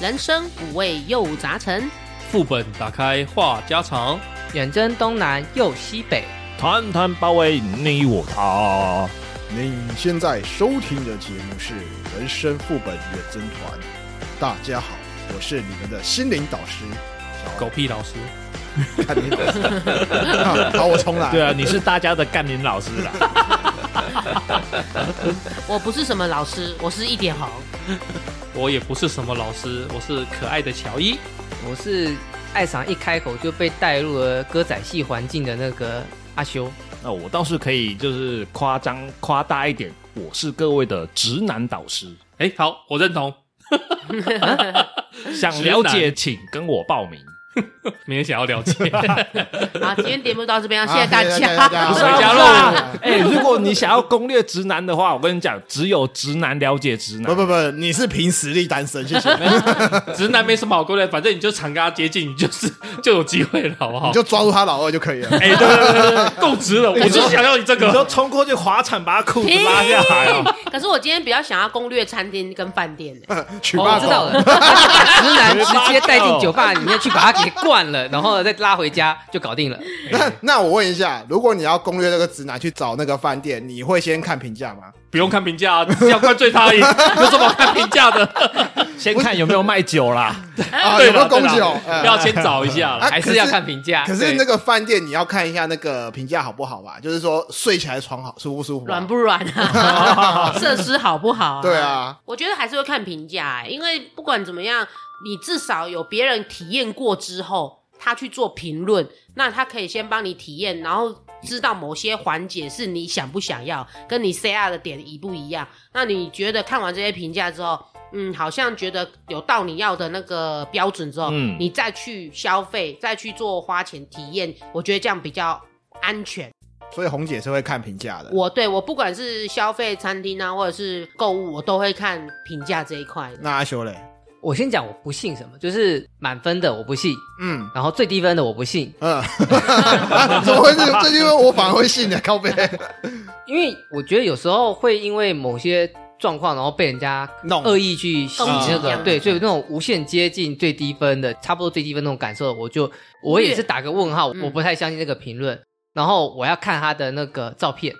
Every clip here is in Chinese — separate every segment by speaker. Speaker 1: 人生五味又杂陈，
Speaker 2: 副本打开话家常，
Speaker 3: 远征东南又西北，
Speaker 4: 团团包围你我他。
Speaker 5: 您现在收听的节目是《人生副本远征团》。大家好，我是你们的心灵导师小
Speaker 2: 狗屁老师，
Speaker 5: 看你导师。啊好，我重来。
Speaker 4: 对啊，你是大家的干林老师啦。
Speaker 1: 我不是什么老师，我是一点红。
Speaker 2: 我也不是什么老师，我是可爱的乔伊。
Speaker 3: 我是爱上一开口就被带入了歌仔戏环境的那个阿修。
Speaker 4: 那我倒是可以，就是夸张夸大一点，我是各位的直男导 师。
Speaker 2: 哎，好，我认同，
Speaker 4: 想了解，请跟我报名。
Speaker 2: 没人想要 了解。
Speaker 1: 好，今天节目到这边，
Speaker 5: 啊
Speaker 1: 谢谢大
Speaker 5: 谢谢
Speaker 1: 家
Speaker 5: 大。家
Speaker 4: 不是
Speaker 2: 回
Speaker 4: 啊
Speaker 2: 家
Speaker 4: 不
Speaker 2: 喽
Speaker 4: 是啊哎，如果你想要攻略直男的话，我跟你讲，只有直男了解直
Speaker 5: 不
Speaker 4: 男。
Speaker 5: 不不，你是凭实力单身，谢谢。
Speaker 2: 直男没什么好勾的，反正你就常跟他接近，你就是 就有机会了，好不好
Speaker 5: 你？就抓住他老二就可以了。
Speaker 4: 哦
Speaker 2: 哎，对对对 对，对够直了，我就是想要你这
Speaker 4: 你
Speaker 2: 个。
Speaker 4: 说冲过去滑铲把他裤子拉下来 啊？
Speaker 1: 可是我今天比较想要攻略餐厅跟饭店 呢、
Speaker 5: 娶
Speaker 3: 哦我
Speaker 5: 爸爸
Speaker 3: 知道 了，直男直接带进酒吧里面去把他给灌了，然后呢再拉回家就搞定了。
Speaker 5: 那那我问一下，如果你要攻略这个直男去找那个饭店，你会先看评价吗？
Speaker 2: 不用看评价啊，只要灌醉他而已， 有什么好看评 价的？
Speaker 4: 先看有没有卖酒啦。
Speaker 5: 啊，
Speaker 2: 对
Speaker 5: 有没
Speaker 2: 了，对
Speaker 5: 有供
Speaker 2: 了
Speaker 5: 酒？呃
Speaker 2: 要先找一下啦。
Speaker 5: 啊
Speaker 3: 还
Speaker 5: 可
Speaker 3: 是
Speaker 5: 是
Speaker 3: 要看评价。
Speaker 5: 可是那
Speaker 3: 对
Speaker 5: 个饭店你要看一下那个评价好不好吧，就是说睡起来床好舒不舒服啊、
Speaker 1: 软不软 啊？设施好不好、
Speaker 5: 对，啊，
Speaker 1: 我觉得还是会看评价、欸，因为不管怎么样，你至少有别人体验过之后，他去做评论，那他可以先帮你体验，然后知道某些环节是你想不想要，跟你 C R 的点一不一样。那你觉得看完这些评价之后，嗯，好像觉得有到你要的那个标准之后，
Speaker 4: 嗯
Speaker 1: 你再去消费，再去做花钱体验，我觉得这样比较安全。
Speaker 5: 所以红姐是会看评价的。
Speaker 1: 我对我不管是消费餐厅啊，或者是购物，我都会看评价这一块的。
Speaker 5: 那阿修嘞，
Speaker 3: 我先讲，我不信什么，就是满分的我不信，
Speaker 5: 嗯
Speaker 3: 然后最低分的我不信，
Speaker 5: 嗯，啊怎么会是？ 这因为我反而会信的，靠背
Speaker 3: 因为我觉得有时候会因为某些状况，然后被人家
Speaker 5: 弄
Speaker 3: 恶意去洗那
Speaker 1: 攻击
Speaker 3: 个，
Speaker 1: 啊
Speaker 3: 对，所以那种无限接近最低分的，差不多最低分那种感受，我就我也是打个问号，
Speaker 1: 嗯。
Speaker 3: 我不太相信这个评论。然后我要看他的那个照片，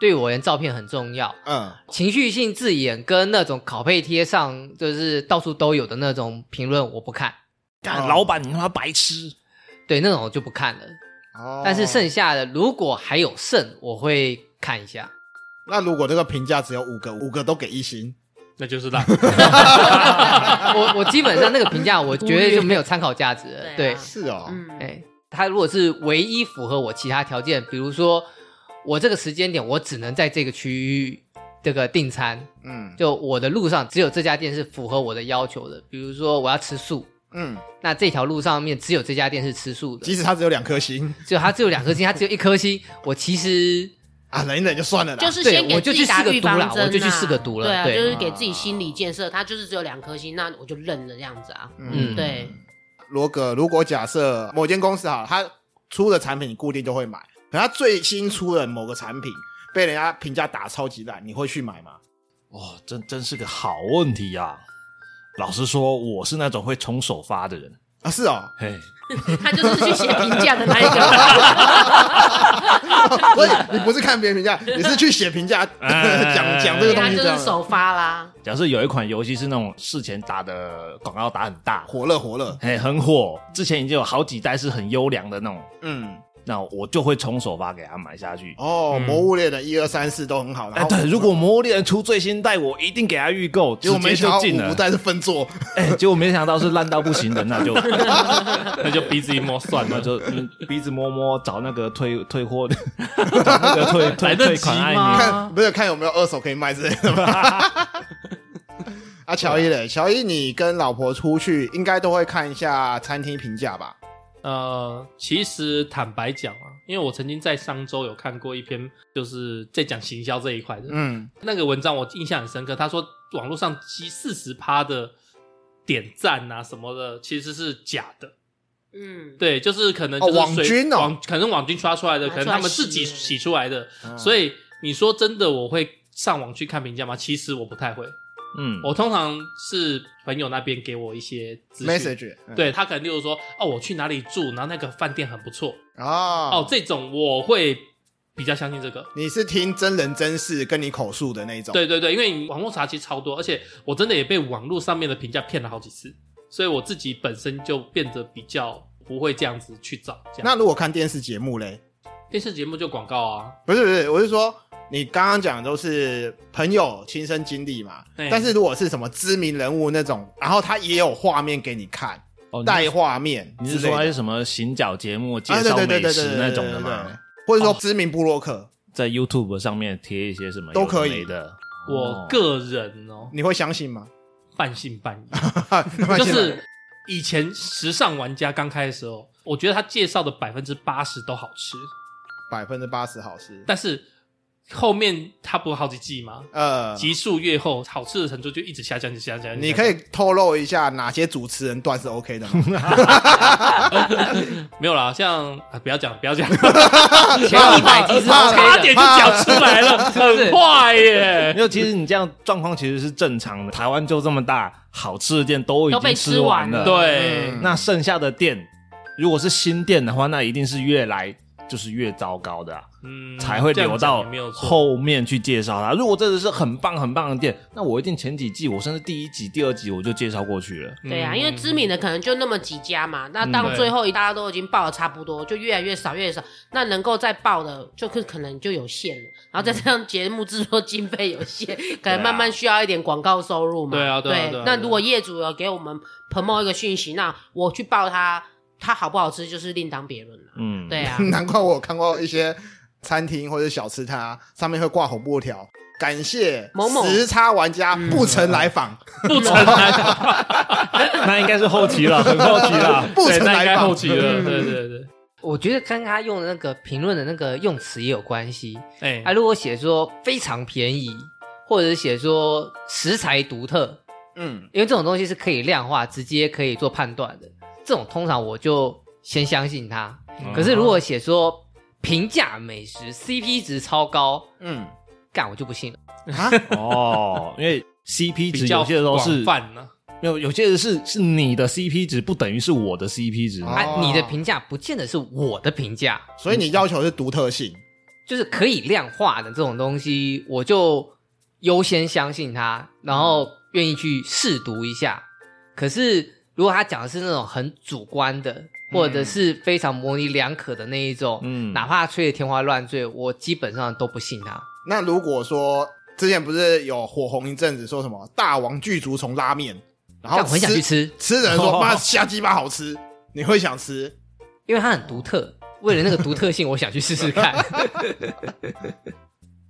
Speaker 3: 对我而言照片很重要，
Speaker 5: 嗯，
Speaker 3: 情绪性字眼跟那种拷贝贴上就是到处都有的那种评论我不看，
Speaker 4: 干，老板你他妈白痴！
Speaker 3: 对那种我就不看了。
Speaker 5: 哦
Speaker 3: 但是剩下的如果还有剩，我会看一下。
Speaker 5: 那如果这个评价只有五个，五个都给一星，
Speaker 2: 那就是 烂。
Speaker 3: 我我基本上那个评价，我觉得就没有参考价值了对
Speaker 1: 对啊，
Speaker 5: 是哦，
Speaker 1: 嗯，
Speaker 3: 哎，他如果是唯一符合我其他条件，比如说我这个时间点我只能在这个区域这个订餐，
Speaker 5: 嗯
Speaker 3: 就我的路上只有这家店是符合我的要求的。比如说我要吃素，
Speaker 5: 嗯，
Speaker 3: 那这条路上面只有这家店是吃素的
Speaker 5: 即，使它只有两颗星
Speaker 3: 只有它只有两颗星，它只有一颗星，我其实
Speaker 5: 啊，忍一忍就算了啦。
Speaker 1: 就是
Speaker 3: 对
Speaker 1: 先给
Speaker 3: 我就
Speaker 1: 自己
Speaker 3: 去
Speaker 1: 打
Speaker 3: 试个
Speaker 1: 预
Speaker 3: 毒啦
Speaker 1: 防针、啊、
Speaker 3: 我就去试个毒了
Speaker 1: 对啊，
Speaker 3: 对
Speaker 1: 就是给自己心理建设。他就是只有两颗星，那我就认了这样子啊。
Speaker 5: 嗯
Speaker 3: 嗯
Speaker 1: 对，
Speaker 5: 罗格，如果假设某间公司好了，它出的产品你固定就会买，可它最新出的某个产品被人家评价打超级烂，你会去买吗？
Speaker 4: 哇，哦真真是个好问题呀、啊！老实说，我是那种会从手发的人。
Speaker 5: 啊，是哦，
Speaker 4: 嘿，
Speaker 1: 他就是去写评价的那一 个。
Speaker 5: 所以你不是看别人评价，你是去写评价，
Speaker 4: 哎
Speaker 5: 讲讲这
Speaker 1: 对
Speaker 5: 个
Speaker 1: 他
Speaker 5: 东西
Speaker 1: 就
Speaker 5: 这样
Speaker 1: 是。首发啦，
Speaker 4: 假设有一款游戏是那种事前打的广告打很大，
Speaker 5: 火热火热，
Speaker 4: 嘿，很火，之前已经有好几代是很优良的那种，
Speaker 5: 嗯，
Speaker 4: 那我就会从手发给他买下去。
Speaker 5: 哦，魔物猎人一二三四都很好，
Speaker 4: 哎
Speaker 5: 然，后
Speaker 4: 对，如果《魔物猎人》出最新代，我一定给他预购，
Speaker 5: 结果没
Speaker 4: 直接
Speaker 5: 想
Speaker 4: 就
Speaker 5: 到
Speaker 4: 进
Speaker 5: 五
Speaker 4: 了
Speaker 5: 五。代是分座，
Speaker 4: 哎，结果没想到是烂到不行的， 那就
Speaker 2: 那就鼻子一摸算
Speaker 4: 那
Speaker 2: 了，
Speaker 4: 就嗯鼻子摸摸找那个退退货， 找那个退退
Speaker 2: 来得
Speaker 4: 退
Speaker 2: 及
Speaker 4: 款爱你
Speaker 2: 吗。
Speaker 5: 看不是看有没有二手可以卖之类的吗？啊，乔伊嘞，乔伊，你跟老婆出去应该都会看一下餐厅评价吧？
Speaker 2: 呃，其实坦白讲啊，因为我曾经在商周有看过一篇，就是在讲行销这一块的、
Speaker 5: 嗯，
Speaker 2: 那个文章，我印象很深刻。他说网络上七四十趴的点赞啊什么的，其实是假的。
Speaker 1: 嗯，
Speaker 2: 对，就是可能
Speaker 5: 哦
Speaker 2: 就是
Speaker 5: 网
Speaker 2: 随
Speaker 5: 军哦
Speaker 2: 网可能网军刷出来的，
Speaker 1: 拿
Speaker 2: 可
Speaker 1: 出来
Speaker 2: 能他们自己
Speaker 1: 啊洗的
Speaker 5: 嗯
Speaker 2: 洗出来的。所以你说真的，我会上网去看评价吗？其实我不太会。
Speaker 4: 嗯，
Speaker 2: 我通常是朋友那边给我一些资讯
Speaker 5: message 嗯
Speaker 2: 对他可能就是说，哦，我去哪里住，然后那个饭店很不错，哦
Speaker 5: 哦，
Speaker 2: 这种我会比较相信这个。
Speaker 5: 你是听真人真事跟你口述的那一种，
Speaker 2: 对对对，因为网络查其实超多，而且我真的也被网络上面的评价骗了好几次，所以我自己本身就变得比较不会这样子去找。这样
Speaker 5: 那如果看电视节目嘞？
Speaker 2: 电视节目就广告啊，
Speaker 5: 不是不是，我是说你刚刚讲的都是朋友亲身经历嘛，
Speaker 2: 对
Speaker 5: 但是如果是什么知名人物那种，然后他也有画面给你看，
Speaker 4: 哦你
Speaker 5: 带画面
Speaker 4: 你
Speaker 5: 之
Speaker 4: 是
Speaker 5: 类的，
Speaker 4: 说还是什么行脚节目介
Speaker 5: 啊
Speaker 4: 绍
Speaker 5: 对对对
Speaker 4: 美
Speaker 5: 对
Speaker 4: 食
Speaker 5: 对
Speaker 4: 那
Speaker 5: 对
Speaker 4: 种的
Speaker 5: 对对
Speaker 4: 吗哦
Speaker 5: 对？或者说知名部落客，
Speaker 4: 在 YouTube 上面贴一些什么
Speaker 5: 都
Speaker 4: 有的
Speaker 5: 可以
Speaker 4: 没的。
Speaker 5: 哦
Speaker 2: 我个人哦
Speaker 5: 你会相信吗？
Speaker 2: 半信半疑。
Speaker 5: 就
Speaker 2: 就是以前时尚玩家刚开的时候，我觉得他介绍的百分之八十都好吃，
Speaker 5: 百分之八十好吃，
Speaker 2: 但是后面他不好几季吗？
Speaker 5: 呃，
Speaker 2: 集数越后，好吃的程度就一直下降，一直下降。一直
Speaker 5: 你
Speaker 2: 下降
Speaker 5: 可以透露一下哪些主持人段是 OK 的吗？
Speaker 2: 没有啦，像啊，不要讲，不要讲，
Speaker 3: 前一
Speaker 4: 啊
Speaker 3: 百集是 OK
Speaker 2: 差
Speaker 3: 的
Speaker 2: 点就讲出来了，很快
Speaker 4: 没
Speaker 2: 耶。
Speaker 4: 有，其实你这样状况其实是正常的。台湾就这么大，好吃的店都已
Speaker 1: 都被
Speaker 4: 经
Speaker 1: 吃
Speaker 4: 吃完
Speaker 1: 完了
Speaker 4: 了。，
Speaker 2: 对，
Speaker 5: 嗯
Speaker 4: 那剩下的店，如果是新店的话，那一定是越来就是越糟糕的啊、
Speaker 2: 嗯，
Speaker 4: 才会
Speaker 2: 这样
Speaker 4: 留
Speaker 2: 讲
Speaker 4: 到
Speaker 2: 也没有错。
Speaker 4: 后 面去介绍它。如果真的是很棒很棒的店，那我一定前几季，我甚至第一集、第二集我就介绍过去了。
Speaker 1: 对啊，
Speaker 2: 嗯
Speaker 1: 因为知名的可能就那么几家嘛，那到
Speaker 2: 嗯
Speaker 1: 最后大家都已经报的差不多，就越来越少，越来越少。那能够再报的，就可可能就有限了。然后
Speaker 2: 嗯
Speaker 1: 再加上节目制作经费有 限，可能慢慢需要一点广告收入嘛。
Speaker 2: 啊对啊对
Speaker 1: 对
Speaker 2: 啊对啊
Speaker 1: 那
Speaker 2: 对啊
Speaker 1: 如果业主有给我们 promo 一个讯息，那我去报它，它好不好吃就是另当别论了。
Speaker 4: 嗯，
Speaker 1: 对啊，
Speaker 5: 难怪我有 看过一些餐厅或者小吃摊啊上面会挂红布条，感谢
Speaker 1: 某某
Speaker 5: 时差玩家
Speaker 3: 嗯
Speaker 5: 不曾来访，。
Speaker 2: 不承担，
Speaker 4: 那应该是后期了，很后期了
Speaker 5: 不
Speaker 2: 对
Speaker 5: 曾
Speaker 2: 那应
Speaker 5: 来
Speaker 2: 该
Speaker 5: 访
Speaker 2: 后期了。
Speaker 1: 嗯
Speaker 2: 对对对，
Speaker 3: 我觉得跟他用的那个评论的那个用词也有关系。
Speaker 2: 哎
Speaker 3: 他，如果写说非常便宜，或者是写说食材独特，
Speaker 5: 嗯，
Speaker 3: 因为这种东西是可以量化，直接可以做判断的。这种通常我就先相信他。
Speaker 4: 嗯
Speaker 3: 可是如果写说平价美食 CP 值超高，
Speaker 5: 嗯
Speaker 3: 干我就不信了。
Speaker 5: 啊，
Speaker 4: 哦，因为 CP
Speaker 2: 比
Speaker 4: 值
Speaker 2: 较
Speaker 4: 有些时候
Speaker 2: 广
Speaker 4: 是
Speaker 2: 泛啊呢。
Speaker 4: 没有，有些人是是你的 CP 值不等于是我的 CP 值。
Speaker 5: 哦
Speaker 3: 啊，你的评价不见得是我的评价，
Speaker 5: 所以你要求是独特性，
Speaker 3: 就是可以量化的这种东西，我就优先相信他，然后愿意去试读一下。可是如果他讲的是那种很主观的，或者是非常模棱两可的那一种，
Speaker 4: 嗯
Speaker 3: 哪怕吹得天花乱坠，我基本上都不信他。
Speaker 5: 那如果说之前不是有火红一阵子，说什么大王巨竹虫拉面，然后
Speaker 3: 但我很想去，吃，
Speaker 5: 吃的人说
Speaker 4: 哦
Speaker 5: 妈瞎鸡巴好吃，你会想吃？
Speaker 3: 因为它很独特。为了那个独特性，我想去试试看。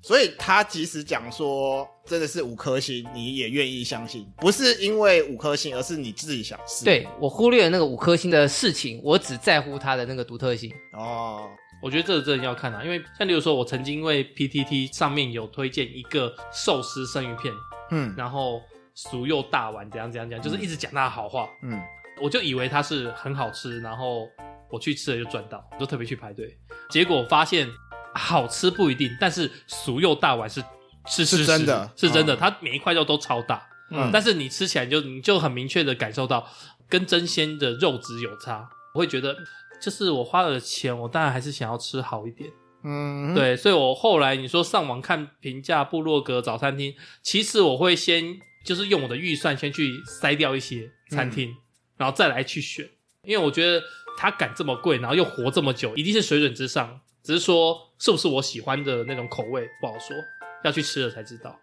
Speaker 5: 所以他即使讲说真的是五颗星，你也愿意相信，不是因为五颗星，而是你自己想吃。
Speaker 3: 对我忽略了那个五颗星的事情，我只在乎它的那个独特性。
Speaker 5: 哦，
Speaker 2: 我觉得这个真的要看啊，因为像例如说，我曾经因为 PTT 上面有推荐一个寿司生鱼片，
Speaker 5: 嗯
Speaker 2: 然后熟又大碗，怎样怎样怎样，就是一直讲他的好话，
Speaker 5: 嗯，
Speaker 2: 我就以为它是很好吃，然后我去吃了就赚到，我就特别去排队，结果发现好吃不一定，但是熟又大碗是是事
Speaker 5: 是
Speaker 2: 实
Speaker 5: 真的
Speaker 2: 是真的，
Speaker 5: 嗯
Speaker 2: 它每一块肉都超大，
Speaker 5: 嗯
Speaker 2: 但是你吃起来你就你就很明确的感受到跟真鲜的肉质有差，我会觉得就是我花了钱，我当然还是想要吃好一点。
Speaker 5: 嗯，
Speaker 2: 对，所以我后来你说上网看评价部落格早餐厅，其实我会先就是用我的预算先去筛掉一些餐厅，然后再来去选，因为我觉得它敢这么贵，然后又活这么久，一定是水准之上，只是说是不是我喜欢的那种口味不好说，要去吃了才知道。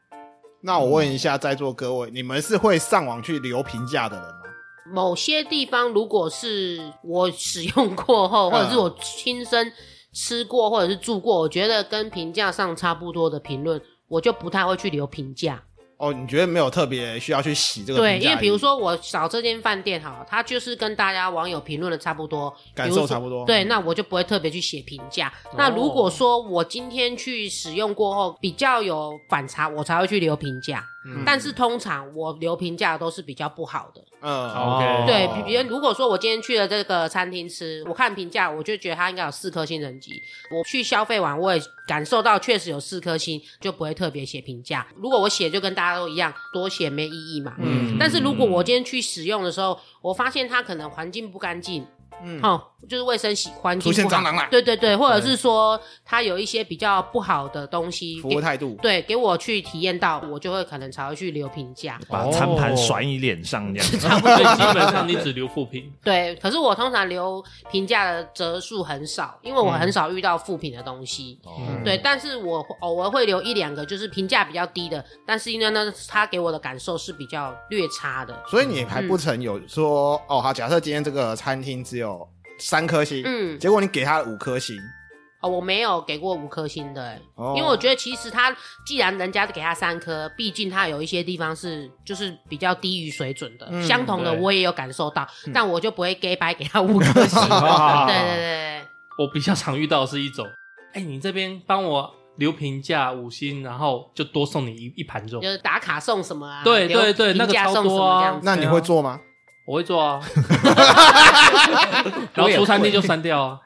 Speaker 5: 那我问一下在座各位，你们是会上网去留评价的人吗？
Speaker 1: 某些地方，如果是我使用过后，
Speaker 5: 嗯
Speaker 1: 或者是我亲身吃过，或者是住过，我觉得跟评价上差不多的评论，我就不太会去留评价。
Speaker 5: 哦，你觉得没有特别需要去洗这个评价
Speaker 1: 对，
Speaker 5: 意义？
Speaker 1: 因为比如说我找这间饭店好，它就是跟大家网友评论的差不多，
Speaker 5: 感
Speaker 1: 比如
Speaker 5: 受
Speaker 1: 说
Speaker 5: 差不多，嗯哦
Speaker 1: 对，那我就不会特别去写评价。那如果说我今天去使用过后比较有反差，我才会去留评价。
Speaker 3: 嗯
Speaker 1: 但是通常我留评价都是比较不好的。
Speaker 5: 嗯，
Speaker 2: 好 OK
Speaker 1: 对，比比如果说我今天去了这个餐厅吃，我看评价，我就觉得它应该有四颗星等级。我去消费完，我也感受到确实有四颗星，就不会特别写评价。如果我写，就跟大家都一样，多写没意义嘛。
Speaker 2: 嗯
Speaker 1: 但是如果我今天去使用的时候，我发现它可能环境不干净，
Speaker 5: 嗯
Speaker 1: 哦，就是卫生习环境
Speaker 5: 出现
Speaker 1: 不好
Speaker 5: 蟑螂啊啦
Speaker 1: 对对对，或者是说它有一些比较不好的东西，
Speaker 5: 服务
Speaker 1: 给
Speaker 5: 态度，
Speaker 1: 对给我去体验到，我就会可能才会去留评价。
Speaker 4: 把餐盘甩你脸上这样子。
Speaker 2: 所以基本上你只留负评。
Speaker 1: 对，可是我通常留评价的折数很少，因为我
Speaker 2: 嗯
Speaker 1: 很少遇到负评的东西。
Speaker 4: 哦
Speaker 1: 对，但是我偶尔会留一两个，就是评价比较低的，但是因为呢，他给我的感受是比较略差的。
Speaker 5: 所以你还不曾有说哦，好，假设今天这个餐厅只有三颗星，
Speaker 1: 嗯，
Speaker 5: 结果你给他五颗星，
Speaker 1: 哦，我没有给过五颗星的、欸，
Speaker 5: 哦
Speaker 1: 因为我觉得其实他既然人家给他三颗，毕竟他有一些地方是就是比较低于水准的，
Speaker 5: 嗯
Speaker 1: 相同的
Speaker 2: 对嗯
Speaker 1: 我也有感受到，但我就不会 gay 白给他五颗 星。对对对
Speaker 2: 我比较常遇到的是一种，哎、你这边帮我留评价五星，然后就多送你一一盘肉
Speaker 1: 对，就。是打卡送什么啊？
Speaker 2: 对
Speaker 1: 留
Speaker 2: 对对那
Speaker 1: 评
Speaker 2: 个
Speaker 1: 价
Speaker 2: 超
Speaker 1: 送什
Speaker 2: 多
Speaker 1: 么
Speaker 2: 啊
Speaker 1: 这样子。
Speaker 5: 那你会 做吗？
Speaker 2: 我会做啊，然后出餐厅就删掉啊，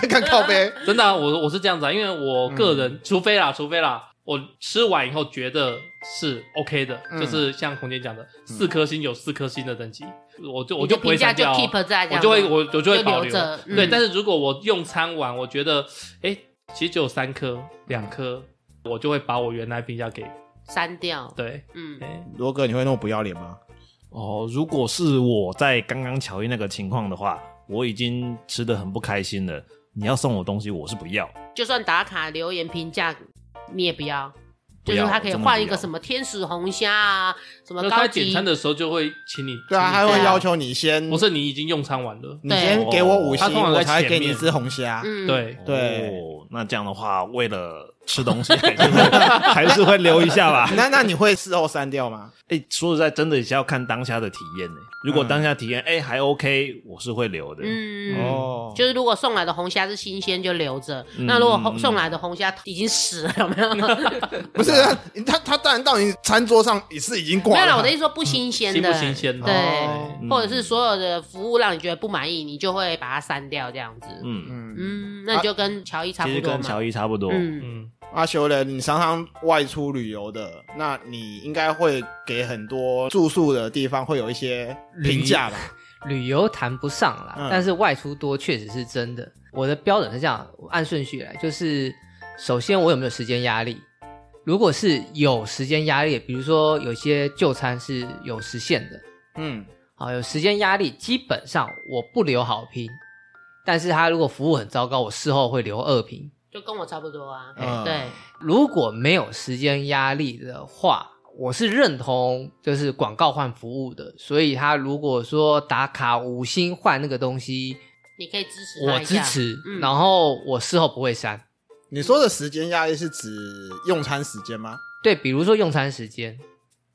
Speaker 5: 看看靠背，
Speaker 2: 真的啊、我我是这样子啊，因为我个
Speaker 1: 嗯
Speaker 2: 人，除非啦，除非啦，我吃完以后觉得是 OK 的，
Speaker 5: 嗯
Speaker 2: 就是像孔姐讲的，四颗星有四颗星的等级，我就我
Speaker 1: 嗯你
Speaker 2: 就
Speaker 1: 的
Speaker 2: 不会
Speaker 1: 评价
Speaker 2: 删
Speaker 1: 就
Speaker 2: 掉啊、
Speaker 1: keep 在这
Speaker 2: 我
Speaker 1: 样子，
Speaker 2: 就会我我就会保
Speaker 1: 留着。嗯
Speaker 2: 对，但是如果我用餐完，我觉得哎、诶其实只有三颗、两颗，我就会把我原来评价给
Speaker 1: 删掉。
Speaker 2: 对。
Speaker 1: 嗯，
Speaker 2: 诶
Speaker 5: 罗哥，你会那么不要脸吗？
Speaker 4: 哦，如果是我在刚刚乔伊那个情况的话，我已经吃的很不开心了。你要送我东西，我是不要。
Speaker 1: 就算打卡留言评价，你也不要。
Speaker 4: 不
Speaker 1: 就
Speaker 4: 要
Speaker 1: 是他可以
Speaker 4: 真的
Speaker 1: 换
Speaker 4: 不
Speaker 1: 一个
Speaker 4: 要
Speaker 1: 什么天使红虾啊，什么
Speaker 2: 那
Speaker 1: 高
Speaker 2: 他
Speaker 1: 级
Speaker 2: 点餐的时候就会请你，
Speaker 5: 对啊，
Speaker 2: 请
Speaker 5: 他
Speaker 2: 你
Speaker 5: 会
Speaker 1: 对啊
Speaker 5: 要求你先，
Speaker 2: 不是你已经用餐完了，
Speaker 5: 你
Speaker 1: 对
Speaker 5: 先给我五
Speaker 4: 他
Speaker 5: 星，
Speaker 2: 通常在
Speaker 5: 我才会
Speaker 2: 前
Speaker 5: 给你一
Speaker 2: 面
Speaker 5: 只红虾。
Speaker 1: 嗯，
Speaker 2: 对，
Speaker 5: 对
Speaker 4: 哦，那这样的话，为了吃东西，还是会还是会留一下吧。
Speaker 5: 那那你会事后删掉吗？
Speaker 4: 哎、说实在，真的也是要看当下的体验呢、如果
Speaker 5: 嗯
Speaker 4: 当下体验哎、还 OK，我是会留的。
Speaker 1: 嗯。
Speaker 5: 哦，
Speaker 1: 就是如果送来的红虾是新鲜就留着，那如果
Speaker 4: 嗯嗯
Speaker 1: 红送来的红虾已经死了，有没 有？
Speaker 5: 不是他他他当然到你餐桌上也是已经
Speaker 1: 啊没
Speaker 5: 挂
Speaker 1: 有啦，
Speaker 5: 了，
Speaker 1: 我的意思说不新鲜
Speaker 2: 新
Speaker 1: 的，
Speaker 2: 不新鲜的？
Speaker 1: 对
Speaker 2: 哦
Speaker 4: 嗯
Speaker 1: 或者是所有的服务让你觉得不满意，你就会把它删掉这样子。
Speaker 4: 嗯，
Speaker 5: 嗯，
Speaker 1: 嗯，那你就跟乔伊差
Speaker 4: 其
Speaker 1: 不
Speaker 4: 实
Speaker 1: 多
Speaker 4: 跟
Speaker 1: 嘛。
Speaker 4: 乔伊差不多。
Speaker 1: 嗯，
Speaker 2: 嗯，
Speaker 5: 阿修人，你常常外出旅游的，那你应该会给很多住宿的地方会有一些评价吧？
Speaker 3: 旅游谈不上啦，
Speaker 5: 嗯
Speaker 3: 但是外出多确实是真的。我的标准是这样，我按顺序来，就是首先我有没有时间压力？如果是有时间压力，比如说有些就餐是有时限的，
Speaker 5: 嗯，
Speaker 3: 啊，有时间压力，基本上我不留好评。但是他如果服务很糟糕，我事后会留恶评。
Speaker 1: 就跟我差不多啊。
Speaker 5: 嗯
Speaker 1: 对，
Speaker 3: 如果没有时间压力的话，我是认同就是广告换服务的，所以他如果说打卡五星换那个东西，
Speaker 1: 你可以支持他
Speaker 3: 我
Speaker 1: 一
Speaker 3: 支
Speaker 1: 下
Speaker 3: 持，
Speaker 1: 嗯
Speaker 3: 然后我事后不会删。
Speaker 5: 你说的时间压力是指用餐时间吗？
Speaker 3: 对，比如说用餐时间，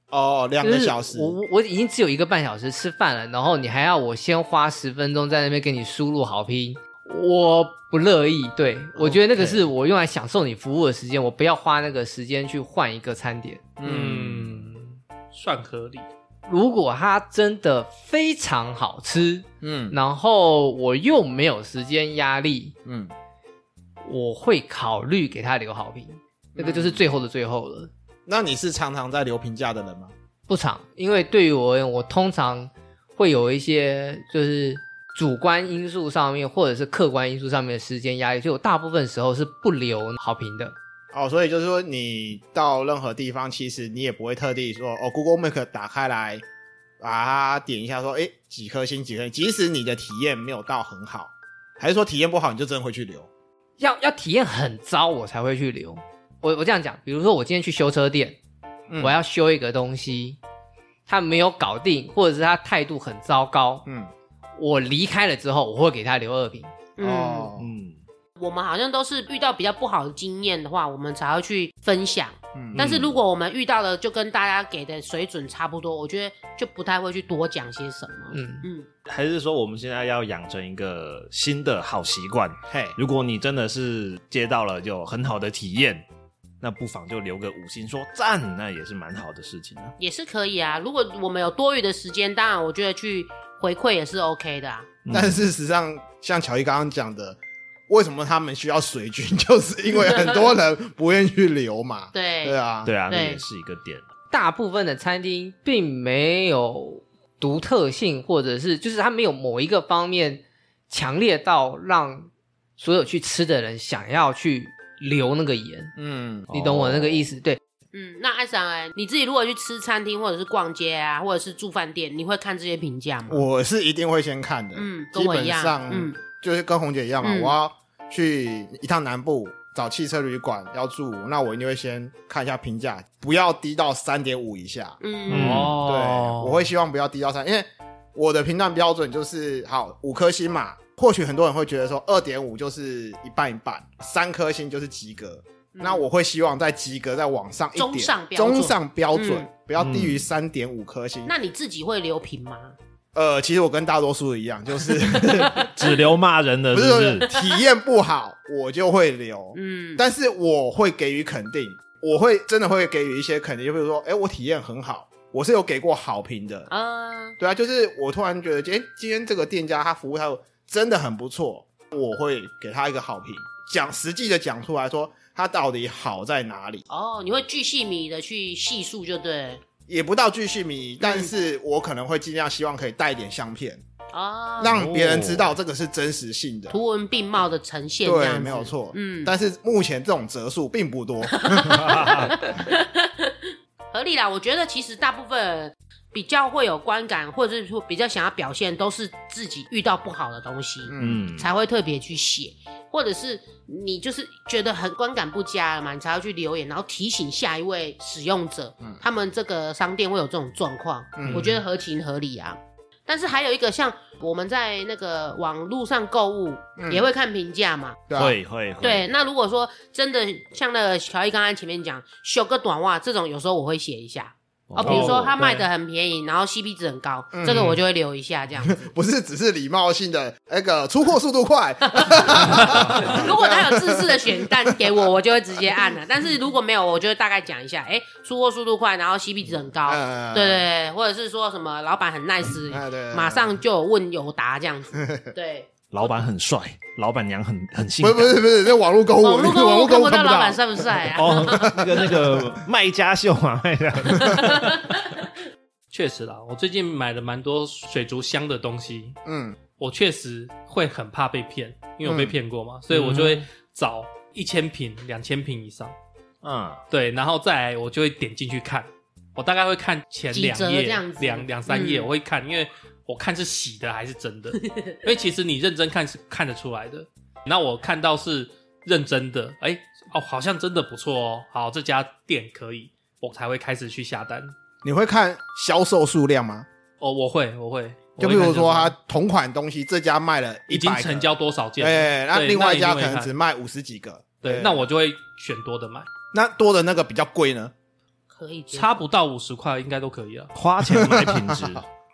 Speaker 5: 哦，两
Speaker 3: 就
Speaker 5: 个
Speaker 3: 是
Speaker 5: 小时，
Speaker 3: 我我我已经只有一个半小时吃饭了，然后你还要我先花十分钟在那边给你输入好评，我不乐意。对我觉得那个
Speaker 5: OK
Speaker 3: 是我用来享受你服务的时间，我不要花那个时间去换一个餐点。
Speaker 2: 嗯，算合理。
Speaker 3: 如果它真的非常好吃，
Speaker 5: 嗯
Speaker 3: 然后我又没有时间压力，
Speaker 5: 嗯，
Speaker 3: 我会考虑给他留好评。那个就是最后的最后了，
Speaker 5: 那你是常常在留评价的人吗？
Speaker 3: 不长，因为对于我而言，我通常会有一些就是主观因素上面或者是客观因素上面的时间压力，所以我大部分时候是不留好评的。
Speaker 5: 哦，所以就是说，你到任何地方，其实你也不会特地说哦，Google Make 打开来，把它点一下，说哎几颗星几颗星，即使你的体验没有到很好，还是说体验不好，你就真的会去留。
Speaker 3: 要要体验很糟，我才会去留。我我这样讲，比如说我今天去修车店，
Speaker 5: 嗯
Speaker 3: 我要修一个东西，他没有搞定，或者是他态度很糟糕，
Speaker 5: 嗯
Speaker 3: 我离开了之后，我会给他留二评。
Speaker 1: 嗯。
Speaker 5: 哦
Speaker 4: 嗯，
Speaker 1: 我们好像都是遇到比较不好的经验的话，我们才会去分享。
Speaker 5: 嗯
Speaker 1: 但是如果我们遇到的就跟大家给的水准差不多，我觉得就不太会去多讲些什么。嗯
Speaker 3: 嗯，
Speaker 1: 嗯，
Speaker 4: 还是说我们现在要养成一个新的好习惯。
Speaker 5: 嘿，
Speaker 4: 如果你真的是接到了有很好的体验，那不妨就留个五星说赞，那也是蛮好的事情啊。
Speaker 1: 也是可以啊。如果我们有多余的时间，当然我觉得去回馈也是 OK 的啊。
Speaker 4: 嗯
Speaker 5: 但事实上，像乔伊刚刚讲的，为什么他们需要水军， 就是因为很多人不愿意去留嘛。
Speaker 1: 对
Speaker 5: 对啊，
Speaker 4: 对啊，那
Speaker 1: 对
Speaker 4: 也是一个点。
Speaker 3: 大部分的餐厅并没有独特性，或者是就是它没有某一个方面强烈到让所有去吃的人想要去留那个言，
Speaker 5: 嗯，
Speaker 3: 你懂我那个意
Speaker 4: 思？
Speaker 3: 思？对，
Speaker 1: 嗯，那艾尚哎，你自己如果去吃餐厅或者是逛街啊，或者是住饭店，你会看这些评价吗？
Speaker 5: 我是一定会先看的。
Speaker 1: 嗯，跟
Speaker 5: 基
Speaker 1: 我
Speaker 5: 本
Speaker 1: 一样
Speaker 5: 上，，
Speaker 1: 嗯，
Speaker 5: 就是跟红姐一样嘛，
Speaker 1: 嗯
Speaker 5: 我要去一趟南部找汽车旅馆要住，那我一定会先看一下评价，不要低到三点五以下。
Speaker 1: 嗯，
Speaker 2: 哦，
Speaker 5: 对，我会希望不要低到三，因为我的评断标准就是好五颗星嘛。或许很多人会觉得说二点五就是一半一半，三颗星就是及格。那我会希望在及格再往上一点，
Speaker 1: 嗯中上标准
Speaker 5: 中上标准
Speaker 1: 嗯
Speaker 5: 不要低于三点五颗星。
Speaker 1: 那你自己会留评吗？
Speaker 5: 呃，其实我跟大多数一样，就是
Speaker 4: 只留骂人的，
Speaker 5: 不
Speaker 4: 是
Speaker 5: 是
Speaker 4: 不
Speaker 5: 说
Speaker 4: 是？
Speaker 5: 体验不好 我就会留，
Speaker 1: 嗯，
Speaker 5: 但是我会给予肯定，我会真的会给予一些肯定，就比如说，哎、我体验很好，我是有给过好评的，
Speaker 1: 呃，
Speaker 5: 对啊，就是我突然觉得，哎、今天这个店家他服务态度真的很不错，我会给他一个好评，讲实际的讲出来说他到底好在哪里，
Speaker 1: 哦，你会巨细靡的去细数就对
Speaker 5: 也不到继续
Speaker 1: 嗯
Speaker 5: 迷，但是我可能会尽量希望可以带一点相片，
Speaker 1: 啊，
Speaker 5: 让别人知道这个是真实性的。
Speaker 1: 图文并茂的呈现，这样
Speaker 5: 对，
Speaker 1: 子
Speaker 5: 没有错。
Speaker 1: 嗯，
Speaker 5: 但是目前这种折数并不多。
Speaker 1: 合理啦。我觉得其实大部分人比较会有观感，或者是说比较想要表现，都是自己遇到不好的东西，
Speaker 5: 嗯，
Speaker 4: 嗯，
Speaker 1: 才会特别去写，或者是你就是觉得很观感不佳了嘛，你才要去留言，然后提醒下一位使用者，
Speaker 5: 嗯
Speaker 1: 他们这个商店会有这种状况，
Speaker 5: 嗯
Speaker 1: 我觉得合情合理啊。但是还有一个像我们在那个网络上购物、
Speaker 5: 嗯
Speaker 1: 也会看评价嘛，
Speaker 5: 对啊
Speaker 4: 会会会，
Speaker 1: 对，那如果说真的像那个乔伊刚才前面讲，修个短袜这种，有时候我会写一下哦，比如说他卖的很便宜，然后 CP 值很高，
Speaker 5: 嗯
Speaker 1: 这个我就会留一下这样子。
Speaker 5: 不是只是礼貌性的那个出货速度 快，
Speaker 1: 如果他有自制的选单给我，我就会直接按 了。但是如果没有，我就会大概讲一下，哎，出货速度快，然后 CP 值很高，
Speaker 5: 呃
Speaker 1: 对对对，或者是说什么老板很 nice，、
Speaker 5: 哎对，
Speaker 1: 马上就有问有答这样 子。对，
Speaker 4: 老板很帅，老板娘很很性
Speaker 5: 不是
Speaker 4: 感。
Speaker 5: 不是不是，这网络购物，
Speaker 1: 网络购物看不
Speaker 5: 看
Speaker 1: 到
Speaker 5: 不
Speaker 1: 老板帅不帅啊？
Speaker 4: 哦，那个那个卖家秀嘛，卖家
Speaker 2: 确实啦，我最近买了蛮多水族箱的东西，
Speaker 5: 嗯
Speaker 2: 我确实会很怕被骗，因为我被
Speaker 5: 嗯
Speaker 2: 骗过嘛，所以我就会找一千瓶、两千瓶以上，
Speaker 4: 嗯，
Speaker 2: 对，然后再来我就会点进去看，我大概会看前
Speaker 1: 几
Speaker 2: 两
Speaker 1: 折
Speaker 2: 页
Speaker 1: 这样、子
Speaker 2: 两两三页
Speaker 1: 嗯
Speaker 2: 我会看，因为我看是洗的还是真的，因为其实你认真看是看得出来的。那我看到是认真的，哎、哦，好像真的不错哦，好，这家店可以，我才会开始去下单。
Speaker 5: 你会看销售数量吗？
Speaker 2: 哦，我会，我会，我
Speaker 5: 就比
Speaker 2: 会看
Speaker 5: 如
Speaker 2: 这个
Speaker 5: 说，他同款东西，这家卖了
Speaker 2: 已经
Speaker 5: 100个
Speaker 2: 成，交多少件了，
Speaker 5: 哎，那
Speaker 2: 对
Speaker 5: 另外一家
Speaker 2: 那
Speaker 5: 可
Speaker 2: 你就会
Speaker 5: 能
Speaker 2: 看
Speaker 5: 只卖五十几个，哎
Speaker 2: 对，那我就会选多的买，
Speaker 5: 那多的那个比较贵呢，
Speaker 1: 可以接受
Speaker 2: 差不到五十块应该都可以了。
Speaker 4: 花钱买品 质，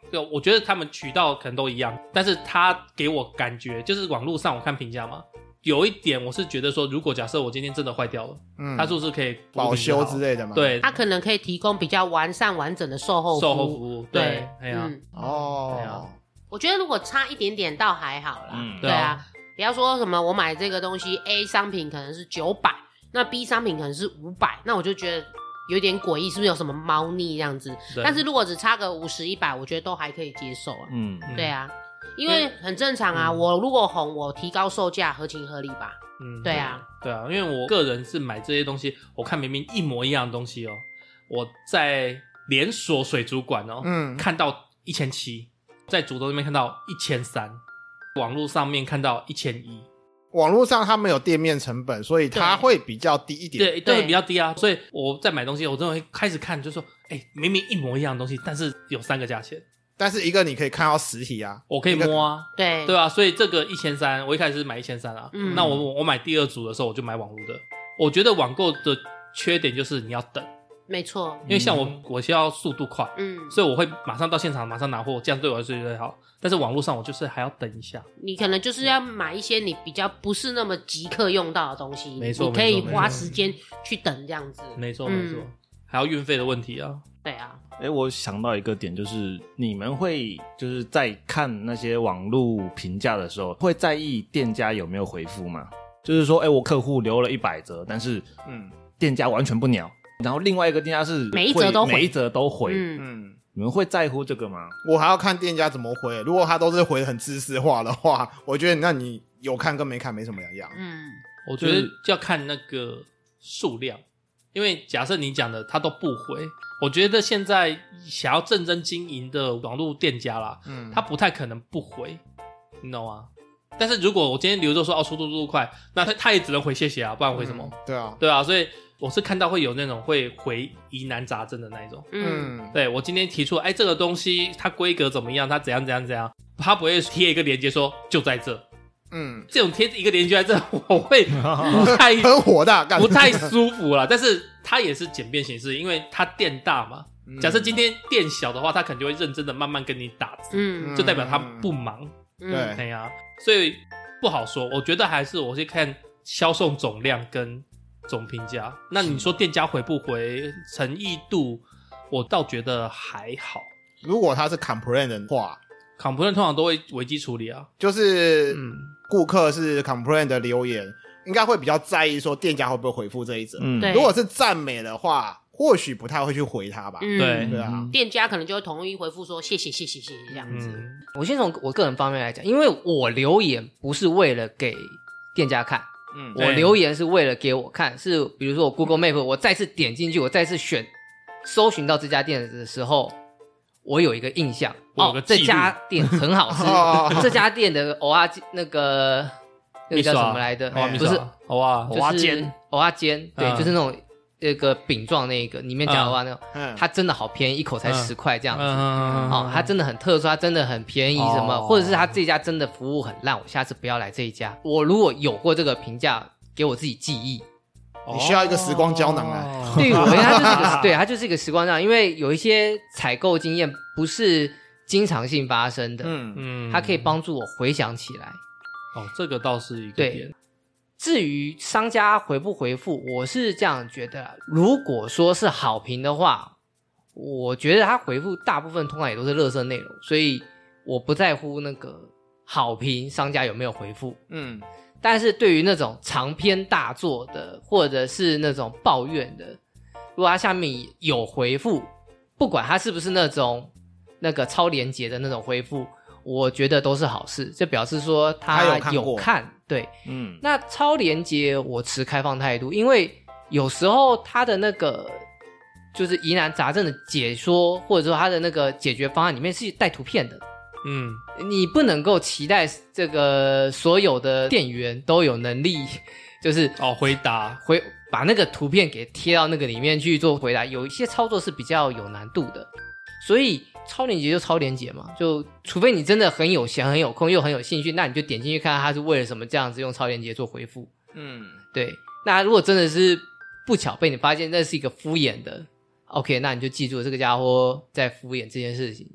Speaker 2: 对，我觉得他们渠道可能都一样，但是他给我感觉就是网络上我看评价嘛，有一点我是觉得说，如果假设我今天真的坏掉了，
Speaker 5: 嗯，
Speaker 2: 他是不是可以
Speaker 5: 保修之
Speaker 2: 类？
Speaker 5: 类的嘛，，
Speaker 2: 对，
Speaker 1: 他可能可以提供比较完善完整的售后
Speaker 2: 售后
Speaker 1: 服务。
Speaker 2: 服务，
Speaker 1: 对
Speaker 2: 对，，哎呀，
Speaker 1: 嗯，
Speaker 2: 对
Speaker 5: 哦
Speaker 2: 啊，
Speaker 1: 我觉得如果差一点点倒还好啦，
Speaker 4: 嗯
Speaker 1: 对啊，不要说什么我买这个东西 A 商品可能是九百，那 B 商品可能是五百，那我就觉得有点诡异，是不是有什么猫腻这样子？
Speaker 2: 对
Speaker 1: 但是如果只差个五十一百，我觉得都还可以接受啊。
Speaker 4: 嗯，
Speaker 2: 嗯
Speaker 1: 对，啊，因为很正常啊，我如果红，我提高售价合情合理吧？
Speaker 2: 嗯
Speaker 1: 对啊，
Speaker 2: 对啊，因为我个人是买这些东西，我看明明一模一样的东西哦，我在连锁水族馆哦，
Speaker 5: 嗯
Speaker 2: 看到一千七，在主动那边看到一千三，网络上面看到一千一，
Speaker 5: 网络上他们有店面成本，所以它
Speaker 1: 对
Speaker 5: 会比较低一点，
Speaker 2: 对，都会
Speaker 1: 对
Speaker 2: 比较低啊。所以我在买东西，我真的会开始看，就说，哎、明明一模一样的东西，但是有三个价钱，
Speaker 5: 但是一个你可以看到实体啊，
Speaker 2: 我可以摸啊，
Speaker 1: 对，
Speaker 2: 对啊。所以这个一千三，我一开始是买一千三啊，
Speaker 1: 嗯
Speaker 2: 那我我买第二组的时候，我就买网络的。我觉得网购的缺点就是你要等，
Speaker 1: 没错，
Speaker 2: 因为像我，我需要速度快，
Speaker 1: 嗯，
Speaker 2: 所以我会马上到现场，马上拿货，这样对我来说最好。但是网络上我就是还要等一下，
Speaker 1: 你可能就是要买一些你比较不是那么即刻用到的东西，
Speaker 2: 没错
Speaker 1: 你可以
Speaker 2: 没错
Speaker 1: 花
Speaker 2: 没错
Speaker 1: 时间去等这样子。
Speaker 2: 没错
Speaker 1: 嗯
Speaker 2: 没错，还有运费的问题啊，
Speaker 1: 对啊，
Speaker 4: 哎、我想到一个点，就是你们会就是在看那些网络评价的时候，会在意店家有没有回复吗？就是说，哎、我客户留了一百折，但是
Speaker 5: 嗯
Speaker 4: 店家完全不鸟。然后另外一个店家是
Speaker 1: 每一则都回
Speaker 4: 每一则都回，
Speaker 1: 嗯，
Speaker 5: 嗯，
Speaker 4: 你们会在乎这个吗？
Speaker 5: 我还要看店家怎么回。如果他都是回得很知识化的话，我觉得那你有看跟没看没什么两样。
Speaker 1: 嗯，
Speaker 2: 我觉得要看那个数量，因为假设你讲的他都不回，我觉得现在想要认真经营的网络店家啦，
Speaker 5: 嗯，
Speaker 2: 他不太可能不回，你懂吗？但是如果我今天留着说哦速度速度快，那他他也只能回谢谢啊，不然回什么？
Speaker 5: 嗯？对啊，
Speaker 2: 对啊，所以我是看到会有那种会回疑难杂症的那一种。
Speaker 1: 嗯，
Speaker 2: 对我今天提出，哎，这个东西它规格怎么样？它怎样怎样怎样？他不会贴一个链接说就在这，
Speaker 5: 嗯，
Speaker 2: 这种贴一个链接在这， 我会不太
Speaker 5: 很火大，干
Speaker 2: 不太舒服啦。但是它也是简便形式，因为它店大嘛。
Speaker 5: 嗯
Speaker 2: 假设今天店小的话，他可能就会认真的慢慢跟你打字，
Speaker 1: 嗯，
Speaker 2: 就代表他不忙。
Speaker 1: 嗯
Speaker 5: 对
Speaker 2: 哎呀、所以不好说。我觉得还是我去看销售总量跟总评价。那你说店家回不回诚意度，我倒觉得还好。
Speaker 5: 如果他是 complain 的话，
Speaker 2: complain 通常都会危机处理啊。
Speaker 5: 就是
Speaker 2: 嗯，
Speaker 5: 顾客是 complain 的留言，应该会比较在意说店家会不会回复这一则。
Speaker 4: 嗯，
Speaker 1: 对
Speaker 5: 如果是赞美的话，或许不太会去回他吧。
Speaker 1: 嗯
Speaker 2: 对
Speaker 5: 对啊，
Speaker 1: 店家可能就会统一回复说谢谢谢谢谢谢这样子。
Speaker 2: 嗯，
Speaker 3: 我先从我个人方面来讲，因为我留言不是为了给店家看，
Speaker 5: 嗯
Speaker 2: 对
Speaker 3: 我留言是为了给我看，是比如说我 Google Map，我再次点进去，我再次选搜寻到这家店的时候，我有一个印象，
Speaker 2: 我有
Speaker 3: 哦
Speaker 2: 个，
Speaker 3: 这
Speaker 2: 记录
Speaker 3: 家店很好
Speaker 5: 哦
Speaker 3: 吃，这家店的偶啊那个那个叫什么来的？
Speaker 5: 哦米
Speaker 3: 不
Speaker 5: 索
Speaker 3: 是
Speaker 2: 好啊吧？
Speaker 3: 就是蚵仔煎，对，
Speaker 2: 嗯
Speaker 3: 就是那种那个饼状那个，里面夹蚵仔那种，
Speaker 5: 嗯，
Speaker 3: 它真的好便宜，一口才
Speaker 2: 嗯
Speaker 3: 十块这样子。
Speaker 2: 嗯
Speaker 3: 哦，它真的很特殊，它真的很便宜，什么，
Speaker 2: 哦
Speaker 3: 或者是它这家真的服务很烂，我下次不要来这一家。我如果有过这个评价，给我自己记忆。
Speaker 5: 你需要一个时光胶囊
Speaker 2: 啊
Speaker 3: 哦对于我而言，它就是 一个，对，它就是一个时光账，因为有一些采购经验不是经常性发生的，
Speaker 5: 嗯
Speaker 2: 嗯
Speaker 3: 它可以帮助我回想起来。
Speaker 2: 哦，这个倒是一个
Speaker 3: 对
Speaker 2: 点。
Speaker 3: 至于商家回不回复，我是这样觉得，如果说是好评的话，我觉得他回复大部分通常也都是垃圾内容，所以我不在乎那个好评商家有没有回复。
Speaker 5: 嗯
Speaker 3: 但是对于那种长篇大作的，或者是那种抱怨的，如果他下面有回复，不管他是不是那种那个超连结的那种回复，我觉得都是好事，这表示说
Speaker 5: 他
Speaker 3: 他
Speaker 5: 有看
Speaker 3: 有
Speaker 5: 过
Speaker 3: 看对。
Speaker 4: 嗯，
Speaker 3: 那超连接我持开放态度，因为有时候他的那个就是疑难杂症的解说，或者说他的那个解决方案里面是带图片的，
Speaker 2: 嗯，
Speaker 3: 你不能够期待这个所有的店员都有能力， 就是
Speaker 2: 哦，回答
Speaker 3: 回把那个图片给贴到那个里面去做回答，有一些操作是比较有难度的，所以超连接就超连接嘛，就除非你真的很有闲、很有空又很有兴趣，那你就点进去看看他是为了什么这样子用超连接做回复。
Speaker 5: 嗯，
Speaker 3: 对，那如果真的是不巧被你发现那是一个敷衍的，OK，那你就记住这个家伙在敷衍这件事情。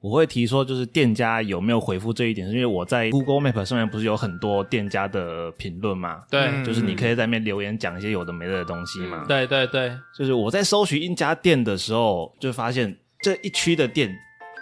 Speaker 4: 我会提说，就是店家有没有回复这一点，是因为我在 Google Map 上面不是有很多店家的评论嘛，
Speaker 2: 对
Speaker 5: 嗯
Speaker 4: 就是你可以在那边留言讲一些有的没的的东西嘛。
Speaker 1: 嗯
Speaker 2: 对对对，
Speaker 4: 就是我在搜寻一家店的时候，就发现这一区的店，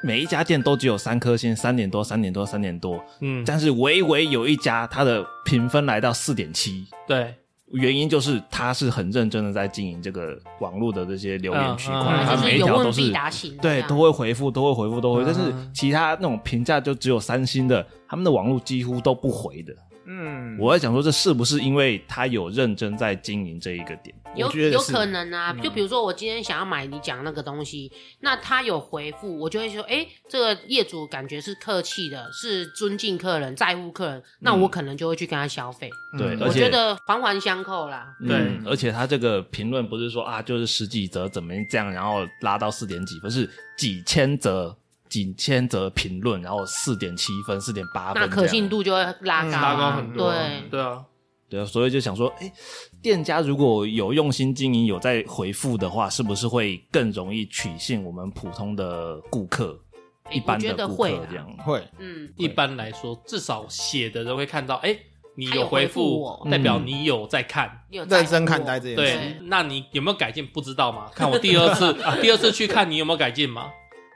Speaker 4: 每一家店都只有三颗星，三点多，三点多，三点多，
Speaker 2: 嗯，
Speaker 4: 但是唯唯有一家，它的评分来到四点七，
Speaker 2: 对，
Speaker 4: 原因就是它是很认真的在经营这个网络的这些留言区块，
Speaker 2: 嗯嗯
Speaker 4: 它
Speaker 1: 就
Speaker 4: 啊每
Speaker 1: 是
Speaker 4: 一
Speaker 1: 有
Speaker 4: 条都
Speaker 1: 问
Speaker 4: 是
Speaker 1: 必答型的这
Speaker 4: 对
Speaker 1: 样，
Speaker 4: 都会回复，都会回复，都会，
Speaker 2: 嗯
Speaker 4: 但是其他那种评价就只有三星的，他们的网络几乎都不回的。
Speaker 5: 嗯，
Speaker 4: 我在想说，这是不是因为他有认真在经营这一个点？
Speaker 1: 有
Speaker 5: 我觉得
Speaker 1: 有
Speaker 5: 是嗯
Speaker 1: 可能啊，就比如说我今天想要买你讲那个东西，那他有回复，我就会说，哎、这个业主感觉是客气的，是尊敬客人、在乎客人，那我可能就会去跟他消费。
Speaker 4: 对
Speaker 5: 嗯
Speaker 4: 而
Speaker 1: 我
Speaker 4: 且
Speaker 1: 觉得环环相扣啦。
Speaker 2: 对
Speaker 4: 嗯而且他这个评论不是说啊，就是十几则怎么这样，然后拉到四点几分，是几千则、几千则评论，然后四点七分、四点八分这
Speaker 1: 那
Speaker 4: 样，
Speaker 1: 可信度就会拉高、啊，
Speaker 5: 嗯拉高很
Speaker 2: 多
Speaker 1: 对，
Speaker 2: 对啊，
Speaker 4: 对，所以就想说，哎，店家如果有用心经营，有在回复的话，是不是会更容易取信我们普通的顾客？
Speaker 1: 哎
Speaker 4: 一般
Speaker 1: 我觉
Speaker 4: 的
Speaker 1: 得
Speaker 4: 顾
Speaker 1: 会
Speaker 4: 客
Speaker 1: 啦
Speaker 4: 这样，
Speaker 5: 会
Speaker 1: 嗯，
Speaker 2: 一般来说，至少写的人会看到，哎、你
Speaker 1: 他有
Speaker 2: 有回
Speaker 1: 回复
Speaker 2: 复
Speaker 1: 我，
Speaker 2: 代表你有在看。
Speaker 1: 有在
Speaker 5: 认真
Speaker 1: 乎
Speaker 5: 看
Speaker 1: 我
Speaker 5: 待这件事。
Speaker 2: 对，那你有没有改进？不知道嘛？看我第二次，啊、 第二次去看你有没有改进嘛？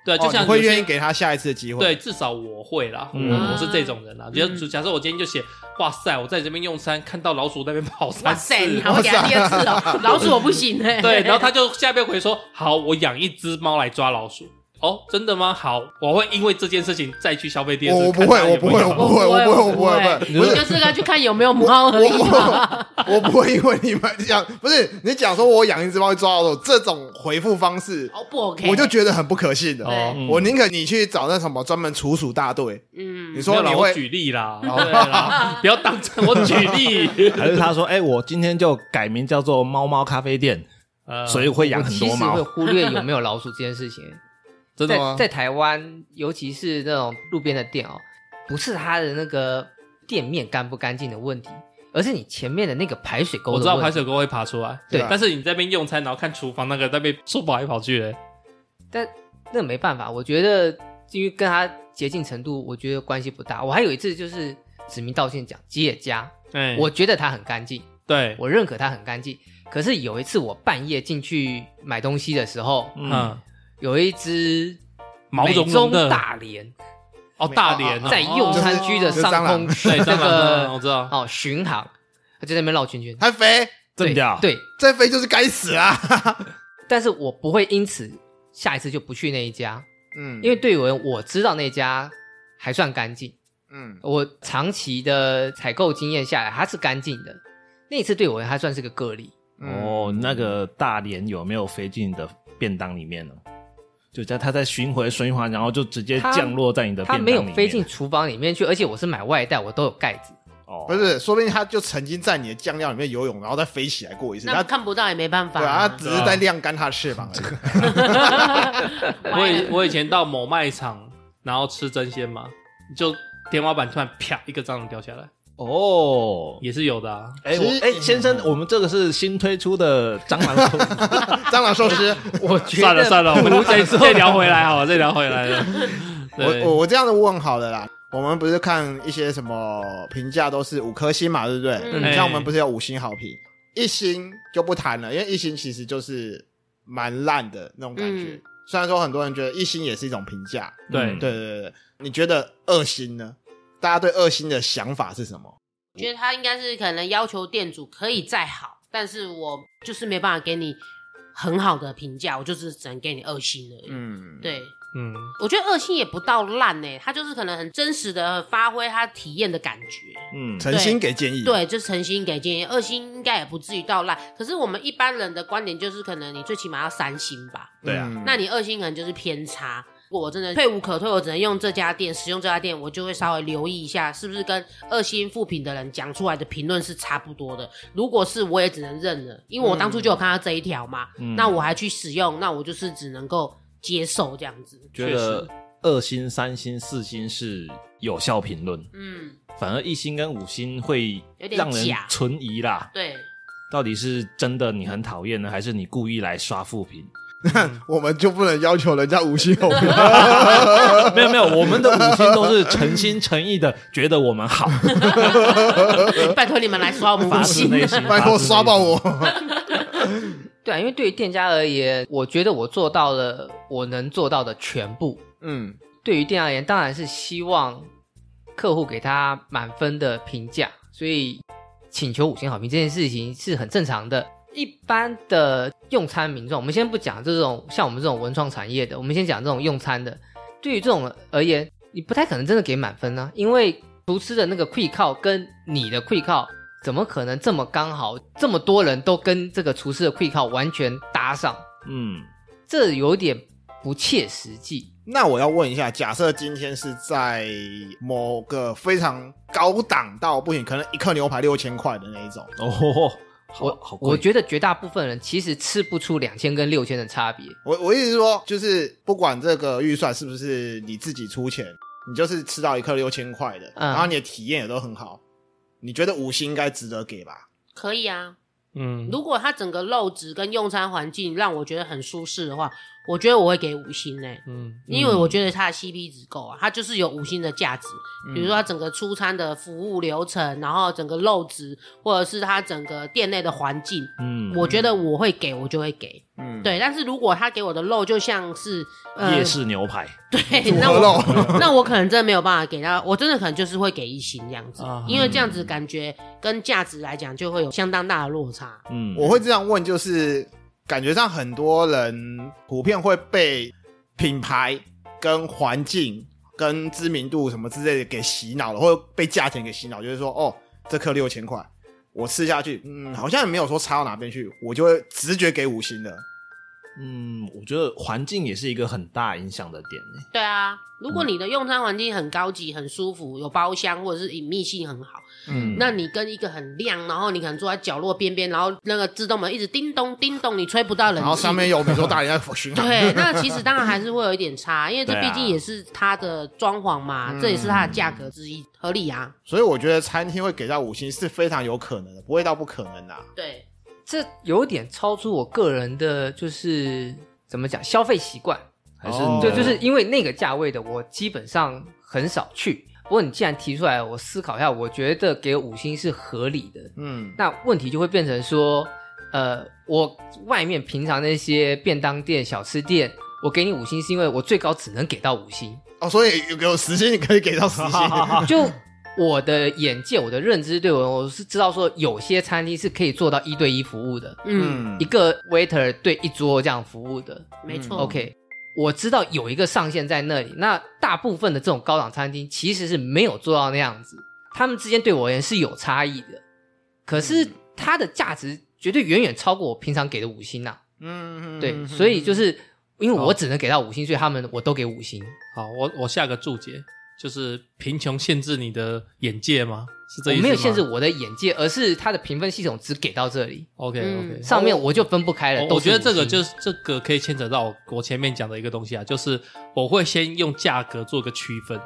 Speaker 2: 对，啊就
Speaker 5: 哦
Speaker 2: 像
Speaker 5: 你会
Speaker 2: 有些
Speaker 5: 愿意给他下一次的机会。
Speaker 2: 对，，至少我会啦，
Speaker 4: 嗯
Speaker 2: 我我是这种人啦。比如
Speaker 1: 嗯
Speaker 2: 假设我今天就写，哇塞，我在这边用餐看到老鼠在那边跑三
Speaker 1: 哇
Speaker 2: 次
Speaker 1: 塞，，你还会给他第二次 哦，老鼠我不行 哎、
Speaker 2: 对，然后他就下面回说，好，我养一只猫来抓老鼠。哦，真的吗？好，我会因为这件事情再去消费第二次。
Speaker 5: 我我不
Speaker 2: 看它
Speaker 5: 会，
Speaker 2: 有没
Speaker 5: 我不
Speaker 2: 有
Speaker 5: 会，
Speaker 2: 养
Speaker 5: 我
Speaker 2: 猫
Speaker 5: 不会，我不会，我不会，我不
Speaker 1: 我
Speaker 5: 会。
Speaker 1: 就是要去看有没有猫而
Speaker 5: 我
Speaker 1: 已嘛。
Speaker 5: 我我不会因为你们这样，不是你讲说我养一只猫会抓到我这种回复方式，
Speaker 1: 哦，不 OK，
Speaker 5: 我就觉得很不可信的。
Speaker 1: 对
Speaker 2: 哦，
Speaker 5: 我宁可你去找那什么专门处暑大队，
Speaker 1: 嗯
Speaker 5: 你，说
Speaker 2: 没
Speaker 5: 你
Speaker 2: 有啦我
Speaker 5: 会
Speaker 2: 举例啦，对 啦，不要当真，我举例。
Speaker 4: 还是他说，哎，我今天就改名叫做猫猫咖啡店，
Speaker 2: 呃
Speaker 4: 所以会养
Speaker 3: 我
Speaker 4: 很
Speaker 3: 其
Speaker 4: 多
Speaker 3: 实会
Speaker 4: 猫。
Speaker 3: 忽略有没有老鼠这件事情。
Speaker 2: 真的
Speaker 3: 在
Speaker 2: 吗？
Speaker 3: 在台湾，尤其是那种路边的店哦，不是它的那个店面干不干净的问题，而是你前面的那个排水沟的
Speaker 2: 我
Speaker 3: 问
Speaker 2: 知
Speaker 3: 题。
Speaker 2: 道排水沟会爬出来，
Speaker 3: 对
Speaker 2: 但是你在那边用餐，然后看厨房那个在那边说跑来跑去的，
Speaker 3: 但那没办法，我觉得因为跟他洁净程度，我觉得关系不大。我还有一次就是指名道姓讲吉野家，
Speaker 2: 哎，
Speaker 3: 我觉得它很干净，
Speaker 2: 对，
Speaker 3: 我认可它很干净。可是有一次我半夜进去买东西的时候，
Speaker 4: 嗯，
Speaker 2: 嗯，
Speaker 3: 有一只
Speaker 2: 毛
Speaker 3: 美
Speaker 2: 茸茸
Speaker 3: 中
Speaker 2: 的
Speaker 3: 大蠊
Speaker 2: 哦，大脸
Speaker 3: 在用
Speaker 5: 它
Speaker 3: 餐区的上空
Speaker 5: 就
Speaker 2: 对，
Speaker 3: 那
Speaker 2: 蟑螂，我
Speaker 3: 个
Speaker 2: 知道，
Speaker 3: 哦巡航，它就在那边绕圈 圈，
Speaker 5: 它飞
Speaker 4: 真的啊
Speaker 3: 对，对
Speaker 5: 再飞就是该死啊！
Speaker 3: 但是我不会因此下一次就不去那一家，
Speaker 5: 嗯，
Speaker 3: 因为对我我知道那家还算干净。
Speaker 5: 嗯
Speaker 3: 我长期的采购经验下来，它是干净的。那一次对我，它算是个个例。
Speaker 5: 嗯
Speaker 4: 哦，
Speaker 3: 嗯
Speaker 4: 那个大连有没有飞进你的便当里面呢？就在它在巡回循环，然后就直接
Speaker 3: 它
Speaker 4: 降落在你的便
Speaker 3: 它
Speaker 4: 当
Speaker 3: 没
Speaker 4: 里
Speaker 3: 有
Speaker 4: 面
Speaker 3: 飞进厨房里面去，而且我是买外带，我都有盖子。
Speaker 4: 哦，
Speaker 5: 不是，说不定它就曾经在你的酱料里面游泳，然后再飞起来过一次。
Speaker 1: 那
Speaker 5: 它
Speaker 1: 看不到也没办法、
Speaker 5: 对啊，它只是在晾干它的翅膀而已。
Speaker 2: 我以我以前到某卖场，然后吃真鲜嘛，就天花板突然啪一个蟑螂掉下来，
Speaker 4: 哦。
Speaker 2: 也是有的啊。
Speaker 4: 哎，我哎，先生，我们这个是新推出的蟑 螂嗯手
Speaker 5: 蟑螂寿司，
Speaker 3: 我觉得
Speaker 2: 算了算了，我们再
Speaker 3: 说
Speaker 2: 再聊回来好了，再聊回来 了。
Speaker 5: 我
Speaker 2: 对
Speaker 5: 我，我这样的问好了啦。我们不是看一些什么评价都是五颗星嘛，对不对？
Speaker 1: 嗯
Speaker 5: 你像我们不是有五星好评，一星就不谈了，因为一星其实就是蛮烂的那种感觉。
Speaker 1: 嗯
Speaker 5: 虽然说很多人觉得一星也是一种评价，
Speaker 2: 对
Speaker 5: 对对对对。你觉得二星呢？大家对二星的想法是什么？
Speaker 1: 我觉得他应该是可能要求店主可以再好，但是我就是没办法给你很好的评价，我就是只能给你二星而已。
Speaker 5: 嗯，
Speaker 1: 对，
Speaker 2: 嗯，
Speaker 1: 我觉得二星也不到烂呢、他就是可能很真实的发挥他体验的感觉。
Speaker 4: 嗯，
Speaker 5: 诚心给建议。，
Speaker 1: 对，就诚心给建议，二星应该也不至于到烂。可是我们一般人的观点就是，可能你最起码要三星吧。
Speaker 4: 对啊
Speaker 5: 嗯
Speaker 1: 那你二星可能就是偏差。如果我真的退无可退，我只能用这家店，使用这家店，我就会稍微留意一下，是不是跟二星复评的人讲出来的评论是差不多的。如果是，我也只能认了，因为我当初就有看到这一条嘛。
Speaker 4: 嗯
Speaker 1: 那我还去使用，那我就是只能够接受这样子。
Speaker 4: 觉得二星、三星、四星是有效评论，
Speaker 1: 嗯，
Speaker 4: 反而一星跟五星会
Speaker 1: 有点
Speaker 4: 让人
Speaker 1: 假
Speaker 4: 存疑啦，
Speaker 1: 对，
Speaker 4: 到底是真的你很讨厌呢，还是你故意来刷负评？
Speaker 5: 我们就不能要求人家五星好评。
Speaker 4: 没有没有，我们的五星都是诚心诚意的，觉得我们好，
Speaker 1: 拜托你们来刷我们
Speaker 4: 发
Speaker 1: 五
Speaker 4: 自
Speaker 1: 星。
Speaker 4: 内心，
Speaker 5: 拜托刷爆我！
Speaker 3: 对啊，因为对于店家而言，我觉得我做到了我能做到的全部。
Speaker 5: 嗯
Speaker 3: 对于店家而言，当然是希望客户给他满分的评价，所以请求五星好评这件事情是很正常的。一般的用餐民众，我们先不讲这种像我们这种文创产业的，我们先讲这种用餐的。对于这种而言，你不太可能真的给满分呢、因为厨师的那个 quick call 跟你的 quick call 怎么可能这么刚好？这么多人都跟这个厨师的 quick call 完全搭上，
Speaker 4: 嗯，
Speaker 3: 这有点不切实际。
Speaker 5: 那我要问一下，假设今天是在某个非常高档到不行，可能一克牛排六千块的那一种，
Speaker 4: 哦吼吼，好好
Speaker 3: 我
Speaker 4: 贵
Speaker 3: 我觉得绝大部分人其实吃不出两千跟六千的差别。
Speaker 5: 我我意思是说，就是不管这个预算是不是你自己出钱，你就是吃到一克六千块的，
Speaker 3: 嗯
Speaker 5: 然后你的体验也都很好，你觉得五星应该值得给吧？
Speaker 1: 可以啊。
Speaker 2: 嗯，
Speaker 1: 如果它整个肉质跟用餐环境让我觉得很舒适的话，我觉得我会给五星呢、
Speaker 2: 嗯，
Speaker 1: 因为我觉得它的 CP 值够啊，它就是有五星的价值。比如说它整个出餐的服务流程，然后整个肉质，或者是它整个店内的环境，
Speaker 4: 嗯，
Speaker 1: 我觉得我会给，我就会给。
Speaker 5: 嗯，
Speaker 1: 对，但是如果他给我的肉就像是呃
Speaker 4: 夜市牛排，
Speaker 1: 对，
Speaker 5: 组
Speaker 1: 那
Speaker 5: 合
Speaker 1: 我
Speaker 5: 肉，
Speaker 1: 那我可能真的没有办法给他，我真的可能就是会给一星这样子，
Speaker 2: 啊
Speaker 1: 因为这样子感觉跟价值来讲就会有相当大的落差。
Speaker 4: 嗯，
Speaker 5: 我会这样问，就是感觉上很多人普遍会被品牌、跟环境、跟知名度什么之类的给洗脑了，或者被价钱给洗脑，就是说，哦，这颗六千块，我吃下去，嗯，好像也没有说差到哪边去，我就会直觉给五星的。
Speaker 4: 嗯，我觉得环境也是一个很大影响的点欸。
Speaker 1: 对啊，如果你的用餐环境很高级、很舒服，有包厢或者是隐秘性很好，
Speaker 5: 嗯
Speaker 1: 那你跟一个很亮，然后你可能坐在角落边边，然后那个自动门一直叮咚叮咚，你吹不到冷气，
Speaker 5: 然后上面有美洲大人在巡航，
Speaker 1: 对，那其实当然还是会有一点差，因为这
Speaker 4: 对啊
Speaker 1: 毕竟也是它的装潢嘛，
Speaker 5: 嗯
Speaker 1: 这也是它的价格之一，合理啊。
Speaker 5: 所以我觉得餐厅会给到五星是非常有可能的，不会到不可能的、啊
Speaker 1: 对，
Speaker 3: 这有点超出我个人的，就是怎么讲消费习惯。
Speaker 4: 还是
Speaker 5: 哦
Speaker 4: 你
Speaker 3: 对，
Speaker 4: 的
Speaker 3: 就是因为那个价位的，我基本上很少去。不过你既然提出来，我思考一下，我觉得给五星是合理的。
Speaker 5: 嗯，
Speaker 3: 那问题就会变成说，呃，我外面平常那些便当店、小吃店，我给你五星是因为我最高只能给到五星，
Speaker 5: 哦，所以有有十星，你可以给到十星。
Speaker 3: 就我的眼界、我的认知对我，我是知道说有些餐厅是可以做到一对一服务的，
Speaker 1: 嗯，
Speaker 3: 一个 waiter 对一桌这样服务的。
Speaker 1: 没错。
Speaker 3: 嗯 OK，我知道有一个上限在那里。那大部分的这种高档餐厅其实是没有做到那样子，他们之间对我而言是有差异的。可是它的价值绝对远远超过我平常给的五星呐、
Speaker 5: 嗯，
Speaker 3: 对，所以就是因为
Speaker 2: 好
Speaker 3: 我只能给到五星，所以他们我都给五星。
Speaker 2: 好，我我下个注解就是贫穷限制你的眼界吗？是这
Speaker 3: 我
Speaker 2: 意思吗？
Speaker 3: 没有限制我的眼界，而是它的评分系统只给到这里，
Speaker 2: OK OK，、
Speaker 1: 嗯
Speaker 3: 上面我就分不开了。
Speaker 2: 哦我
Speaker 3: 都
Speaker 2: 我觉得这个
Speaker 3: 是五
Speaker 2: 就
Speaker 3: 星
Speaker 2: 是这个可以牵扯到我我前面讲的一个东西啊，就是我会先用价格做个区分，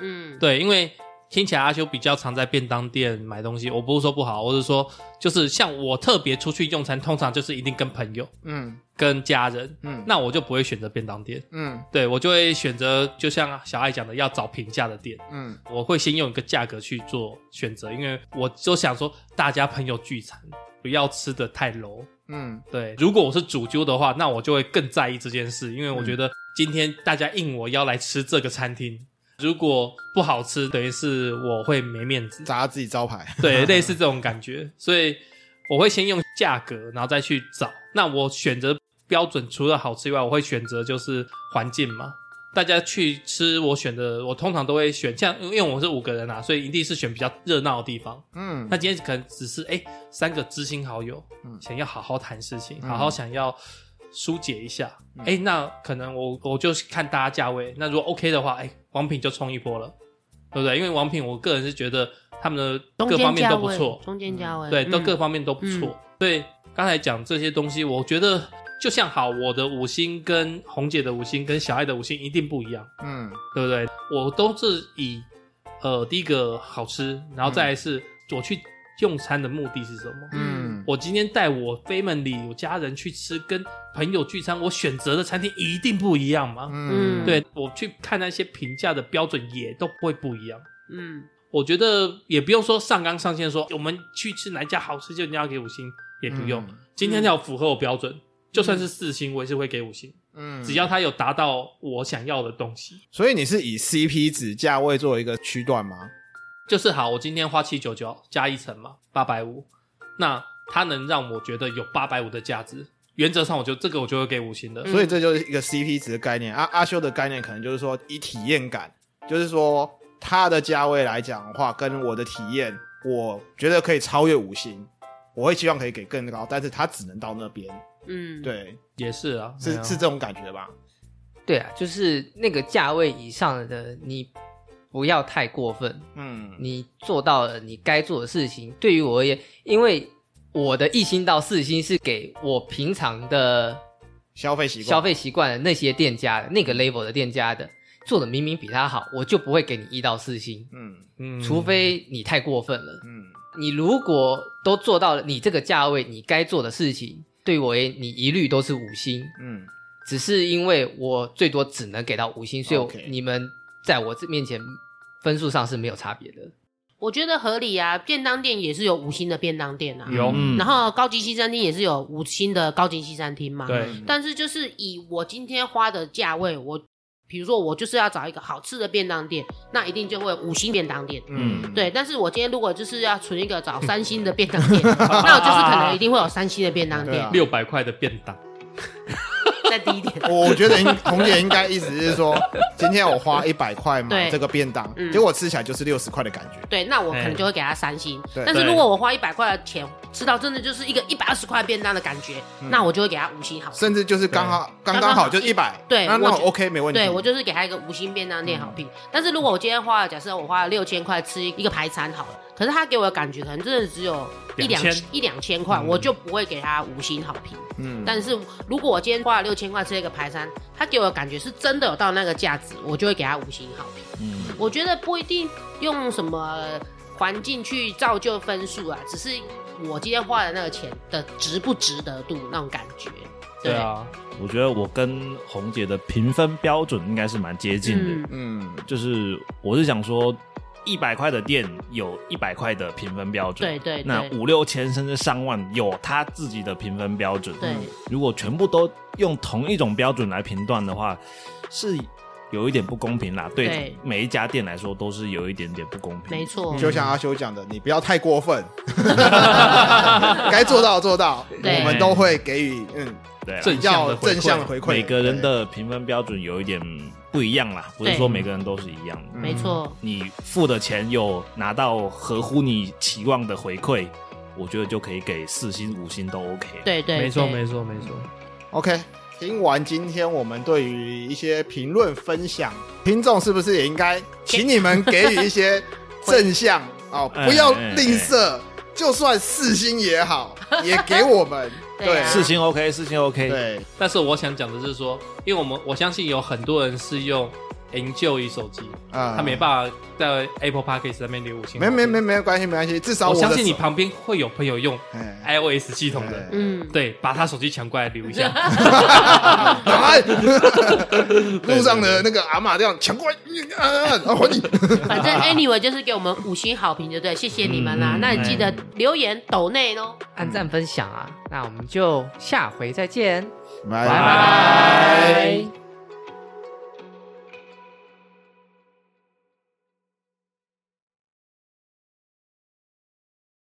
Speaker 1: 嗯，
Speaker 2: 对，因为听起来阿修比较常在便当店买东西，我不是说不好，我是说就是像我特别出去用餐，通常就是一定跟朋友、
Speaker 5: 嗯
Speaker 2: 跟家人，
Speaker 5: 嗯
Speaker 2: 那我就不会选择便当店，
Speaker 5: 嗯
Speaker 2: 对我就会选择就像小爱讲的，要找平价的店，
Speaker 5: 嗯
Speaker 2: 我会先用一个价格去做选择，因为我就想说大家朋友聚餐，不要吃的太 low。
Speaker 5: 嗯
Speaker 2: 对，如果我是主揪的话，那我就会更在意这件事，因为我觉得今天大家应我要来吃这个餐厅，如果不好吃，等于是我会没面子，
Speaker 5: 砸自己招牌。
Speaker 2: 对，类似这种感觉，所以我会先用价格，然后再去找。那我选择标准除了好吃以外，我会选择就是环境嘛。大家去吃，我选的我通常都会选，像因为我是五个人啊，所以一定是选比较热闹的地方。
Speaker 5: 嗯
Speaker 2: 那今天可能只是哎、三个知心好友，
Speaker 5: 嗯
Speaker 2: 想要好好谈事情，
Speaker 5: 嗯
Speaker 2: 好好想要疏解一下。
Speaker 5: 嗯
Speaker 2: 哎、那可能我我就看大家价位，那如果 OK 的话，哎、王品就冲一波了，对不对？因为王品，我个人是觉得他们的
Speaker 1: 中
Speaker 2: 各方
Speaker 1: 间
Speaker 2: 面
Speaker 1: 价
Speaker 2: 都不
Speaker 1: 位
Speaker 2: 错，，
Speaker 1: 中间价位，
Speaker 2: 对，
Speaker 1: 嗯
Speaker 2: 都各方面都不错。对，刚才讲这些东西，我觉得就像好，我的五星跟红姐的五星跟小爱的五星一定不一样。
Speaker 5: 嗯
Speaker 2: 对不对？我都是以呃第一个好吃，然后再来是、我去用餐的目的是什么？
Speaker 5: 嗯
Speaker 2: 我今天带我 family 我家人去吃，跟朋友聚餐，我选择的餐厅一定不一样嘛？
Speaker 1: 嗯
Speaker 2: 对我去看那些评价的标准也都不会不一样。
Speaker 1: 嗯
Speaker 2: 我觉得也不用说上纲上线说我们去吃哪一家好吃就一定要给五星，也不用。
Speaker 5: 嗯
Speaker 2: 今天要符合我标准，就算是四星我也是会给五星，
Speaker 5: 嗯
Speaker 2: 只要它有达到我想要的东西。
Speaker 5: 所以你是以 CP 值价位作为一个区段吗？
Speaker 2: 就是好，我今天花七九九加一层嘛，八百五，那它能让我觉得有八百五的价值。原则上，我就这个我就会给五星的。
Speaker 5: 所以这就是一个 CP 值的概念。啊阿、阿修的概念可能就是说以体验感，就是说它的价位来讲的话，跟我的体验，我觉得可以超越五星，我会希望可以给更高，但是它只能到那边。
Speaker 1: 嗯，
Speaker 5: 对，
Speaker 2: 也是啊，
Speaker 5: 是
Speaker 2: 哎呀
Speaker 5: 是这种感觉吧？
Speaker 3: 对啊，就是那个价位以上的你不要太过分。
Speaker 5: 嗯
Speaker 3: 你做到了你该做的事情。对于我而言，因为我的一星到四星是给我平常的
Speaker 5: 消费习惯，
Speaker 3: 消费习惯的那些店家的那个 level 的店家的，做的明明比他好，我就不会给你一到四星，
Speaker 5: 嗯
Speaker 2: 嗯
Speaker 3: 除非你太过分了。
Speaker 5: 嗯
Speaker 3: 你如果都做到了你这个价位，你该做的事情，对我而言你一律都是五星，
Speaker 5: 嗯
Speaker 3: 只是因为我最多只能给到五星，所以我
Speaker 5: OK
Speaker 3: 你们在我这面前分数上是没有差别的。
Speaker 1: 我觉得合理啊。便当店也是有五星的便当店啊，
Speaker 2: 有
Speaker 4: 嗯
Speaker 1: 然后高级西餐厅也是有五星的高级西餐厅嘛。
Speaker 2: 对
Speaker 5: 嗯
Speaker 1: 但是就是以我今天花的价位，我比如说我就是要找一个好吃的便当店，那一定就会有五星便当店。
Speaker 5: 嗯
Speaker 1: 对，但是我今天如果就是要存一个找三星的便当 店，那我就是可能一定会有三星的便当
Speaker 5: 对
Speaker 1: 店
Speaker 5: 啊，
Speaker 2: 六百块的便当，
Speaker 1: 再低一点。
Speaker 5: 我我觉得应红姐应该意思是说，今天我 花一百块买
Speaker 1: 对
Speaker 5: 这个便当，
Speaker 1: 嗯
Speaker 5: 结果吃起来就是六十块的感觉。
Speaker 1: 对，那我可能就会给他三星。
Speaker 5: 对
Speaker 1: 但是
Speaker 2: 对
Speaker 1: 如果我花一百块的钱吃到真的就是一个一百二十块便当的感觉，
Speaker 5: 嗯
Speaker 1: 那我就会给他五星好评。
Speaker 5: 甚至就是刚好刚
Speaker 1: 嗯刚
Speaker 5: 刚
Speaker 1: 好
Speaker 5: 好就一百，
Speaker 1: 对
Speaker 5: 那那
Speaker 1: 我
Speaker 5: 我
Speaker 1: 就
Speaker 5: OK 没问题。
Speaker 1: 对我就是给他一个五星便当店好评。但是如果我今天花了，假设我花了六千块吃一个排餐好了，可是他给我的感觉可能真的只有一两
Speaker 2: 2000
Speaker 1: 一两千块，我就不会给他五星好评。
Speaker 5: 嗯
Speaker 1: 但是如果我今天花了六千块吃一个排餐，他给我的感觉是真的有到那个价值，我就会给他五星好评。
Speaker 4: 嗯
Speaker 1: 我觉得不一定用什么环境去造就分数啊，只是我今天花的那个钱的值不值得度那种感觉。
Speaker 2: 对，啊，
Speaker 4: 我觉得我跟红姐的评分标准应该是蛮接近的，
Speaker 1: 嗯
Speaker 5: 嗯
Speaker 4: 就是我是想说，一百块的店有一百块的评分标准，
Speaker 1: 对对对
Speaker 4: 那五六千甚至上万有他自己的评分标准，
Speaker 1: 对，
Speaker 4: 如果全部都用同一种标准来评断的话，是有一点不公平啦，对
Speaker 1: 对
Speaker 4: 每一家店来说都是有一点点不公平，
Speaker 1: 没错，
Speaker 5: 就像阿修讲的，你不要太过 分，该做到做到，
Speaker 1: 对
Speaker 5: 我们都会给予嗯
Speaker 4: 对啊，
Speaker 2: 正
Speaker 5: 比较
Speaker 2: 回馈
Speaker 5: 正向的回馈。
Speaker 4: 每个人的评分标准有一点不一样啦，不是
Speaker 1: 对嗯
Speaker 4: 说每个人都是一样的。
Speaker 1: 没
Speaker 2: 嗯
Speaker 1: 错，
Speaker 4: 你付的钱有拿到合乎你期望的回馈，我觉得就可以给四星、五星都 OK。，
Speaker 1: 对对，
Speaker 2: 没错
Speaker 1: 对
Speaker 2: 没错没错，
Speaker 5: 对 OK。听完今天我们对于一些评论分享，听众是不是也应该请你们给予一些正向哦，
Speaker 4: 哎
Speaker 5: 不要
Speaker 4: 哎哎
Speaker 5: 吝啬，就算四星也好，也给我们
Speaker 1: 对
Speaker 5: 对
Speaker 1: 啊
Speaker 4: 四星 OK，四星 OK。，
Speaker 5: 对
Speaker 2: 但是我想讲的是说，因为我们我相信有很多人是用 Enjoy 手机，
Speaker 5: 啊，
Speaker 2: 他没办法在 Apple Podcast 上面留五星，
Speaker 5: 没没没，没关系没关系，至少
Speaker 2: 我
Speaker 5: 的
Speaker 2: 相信你
Speaker 5: 手
Speaker 2: 旁边会有朋友用
Speaker 5: 哎
Speaker 2: iOS 系统的
Speaker 5: 哎，
Speaker 1: 嗯，
Speaker 2: 对，把他手机抢过来留一下，
Speaker 5: 打开哎路上的那个阿玛这样抢过来，啊啊啊还你。
Speaker 1: 反正 anyway 就是给我们五星好评，对不对？谢谢你们啦。
Speaker 4: 嗯
Speaker 1: 那你记得留言抖内哦。
Speaker 3: 按赞分享啊，那我们就下回再见，
Speaker 5: 拜
Speaker 2: 拜
Speaker 3: 拜。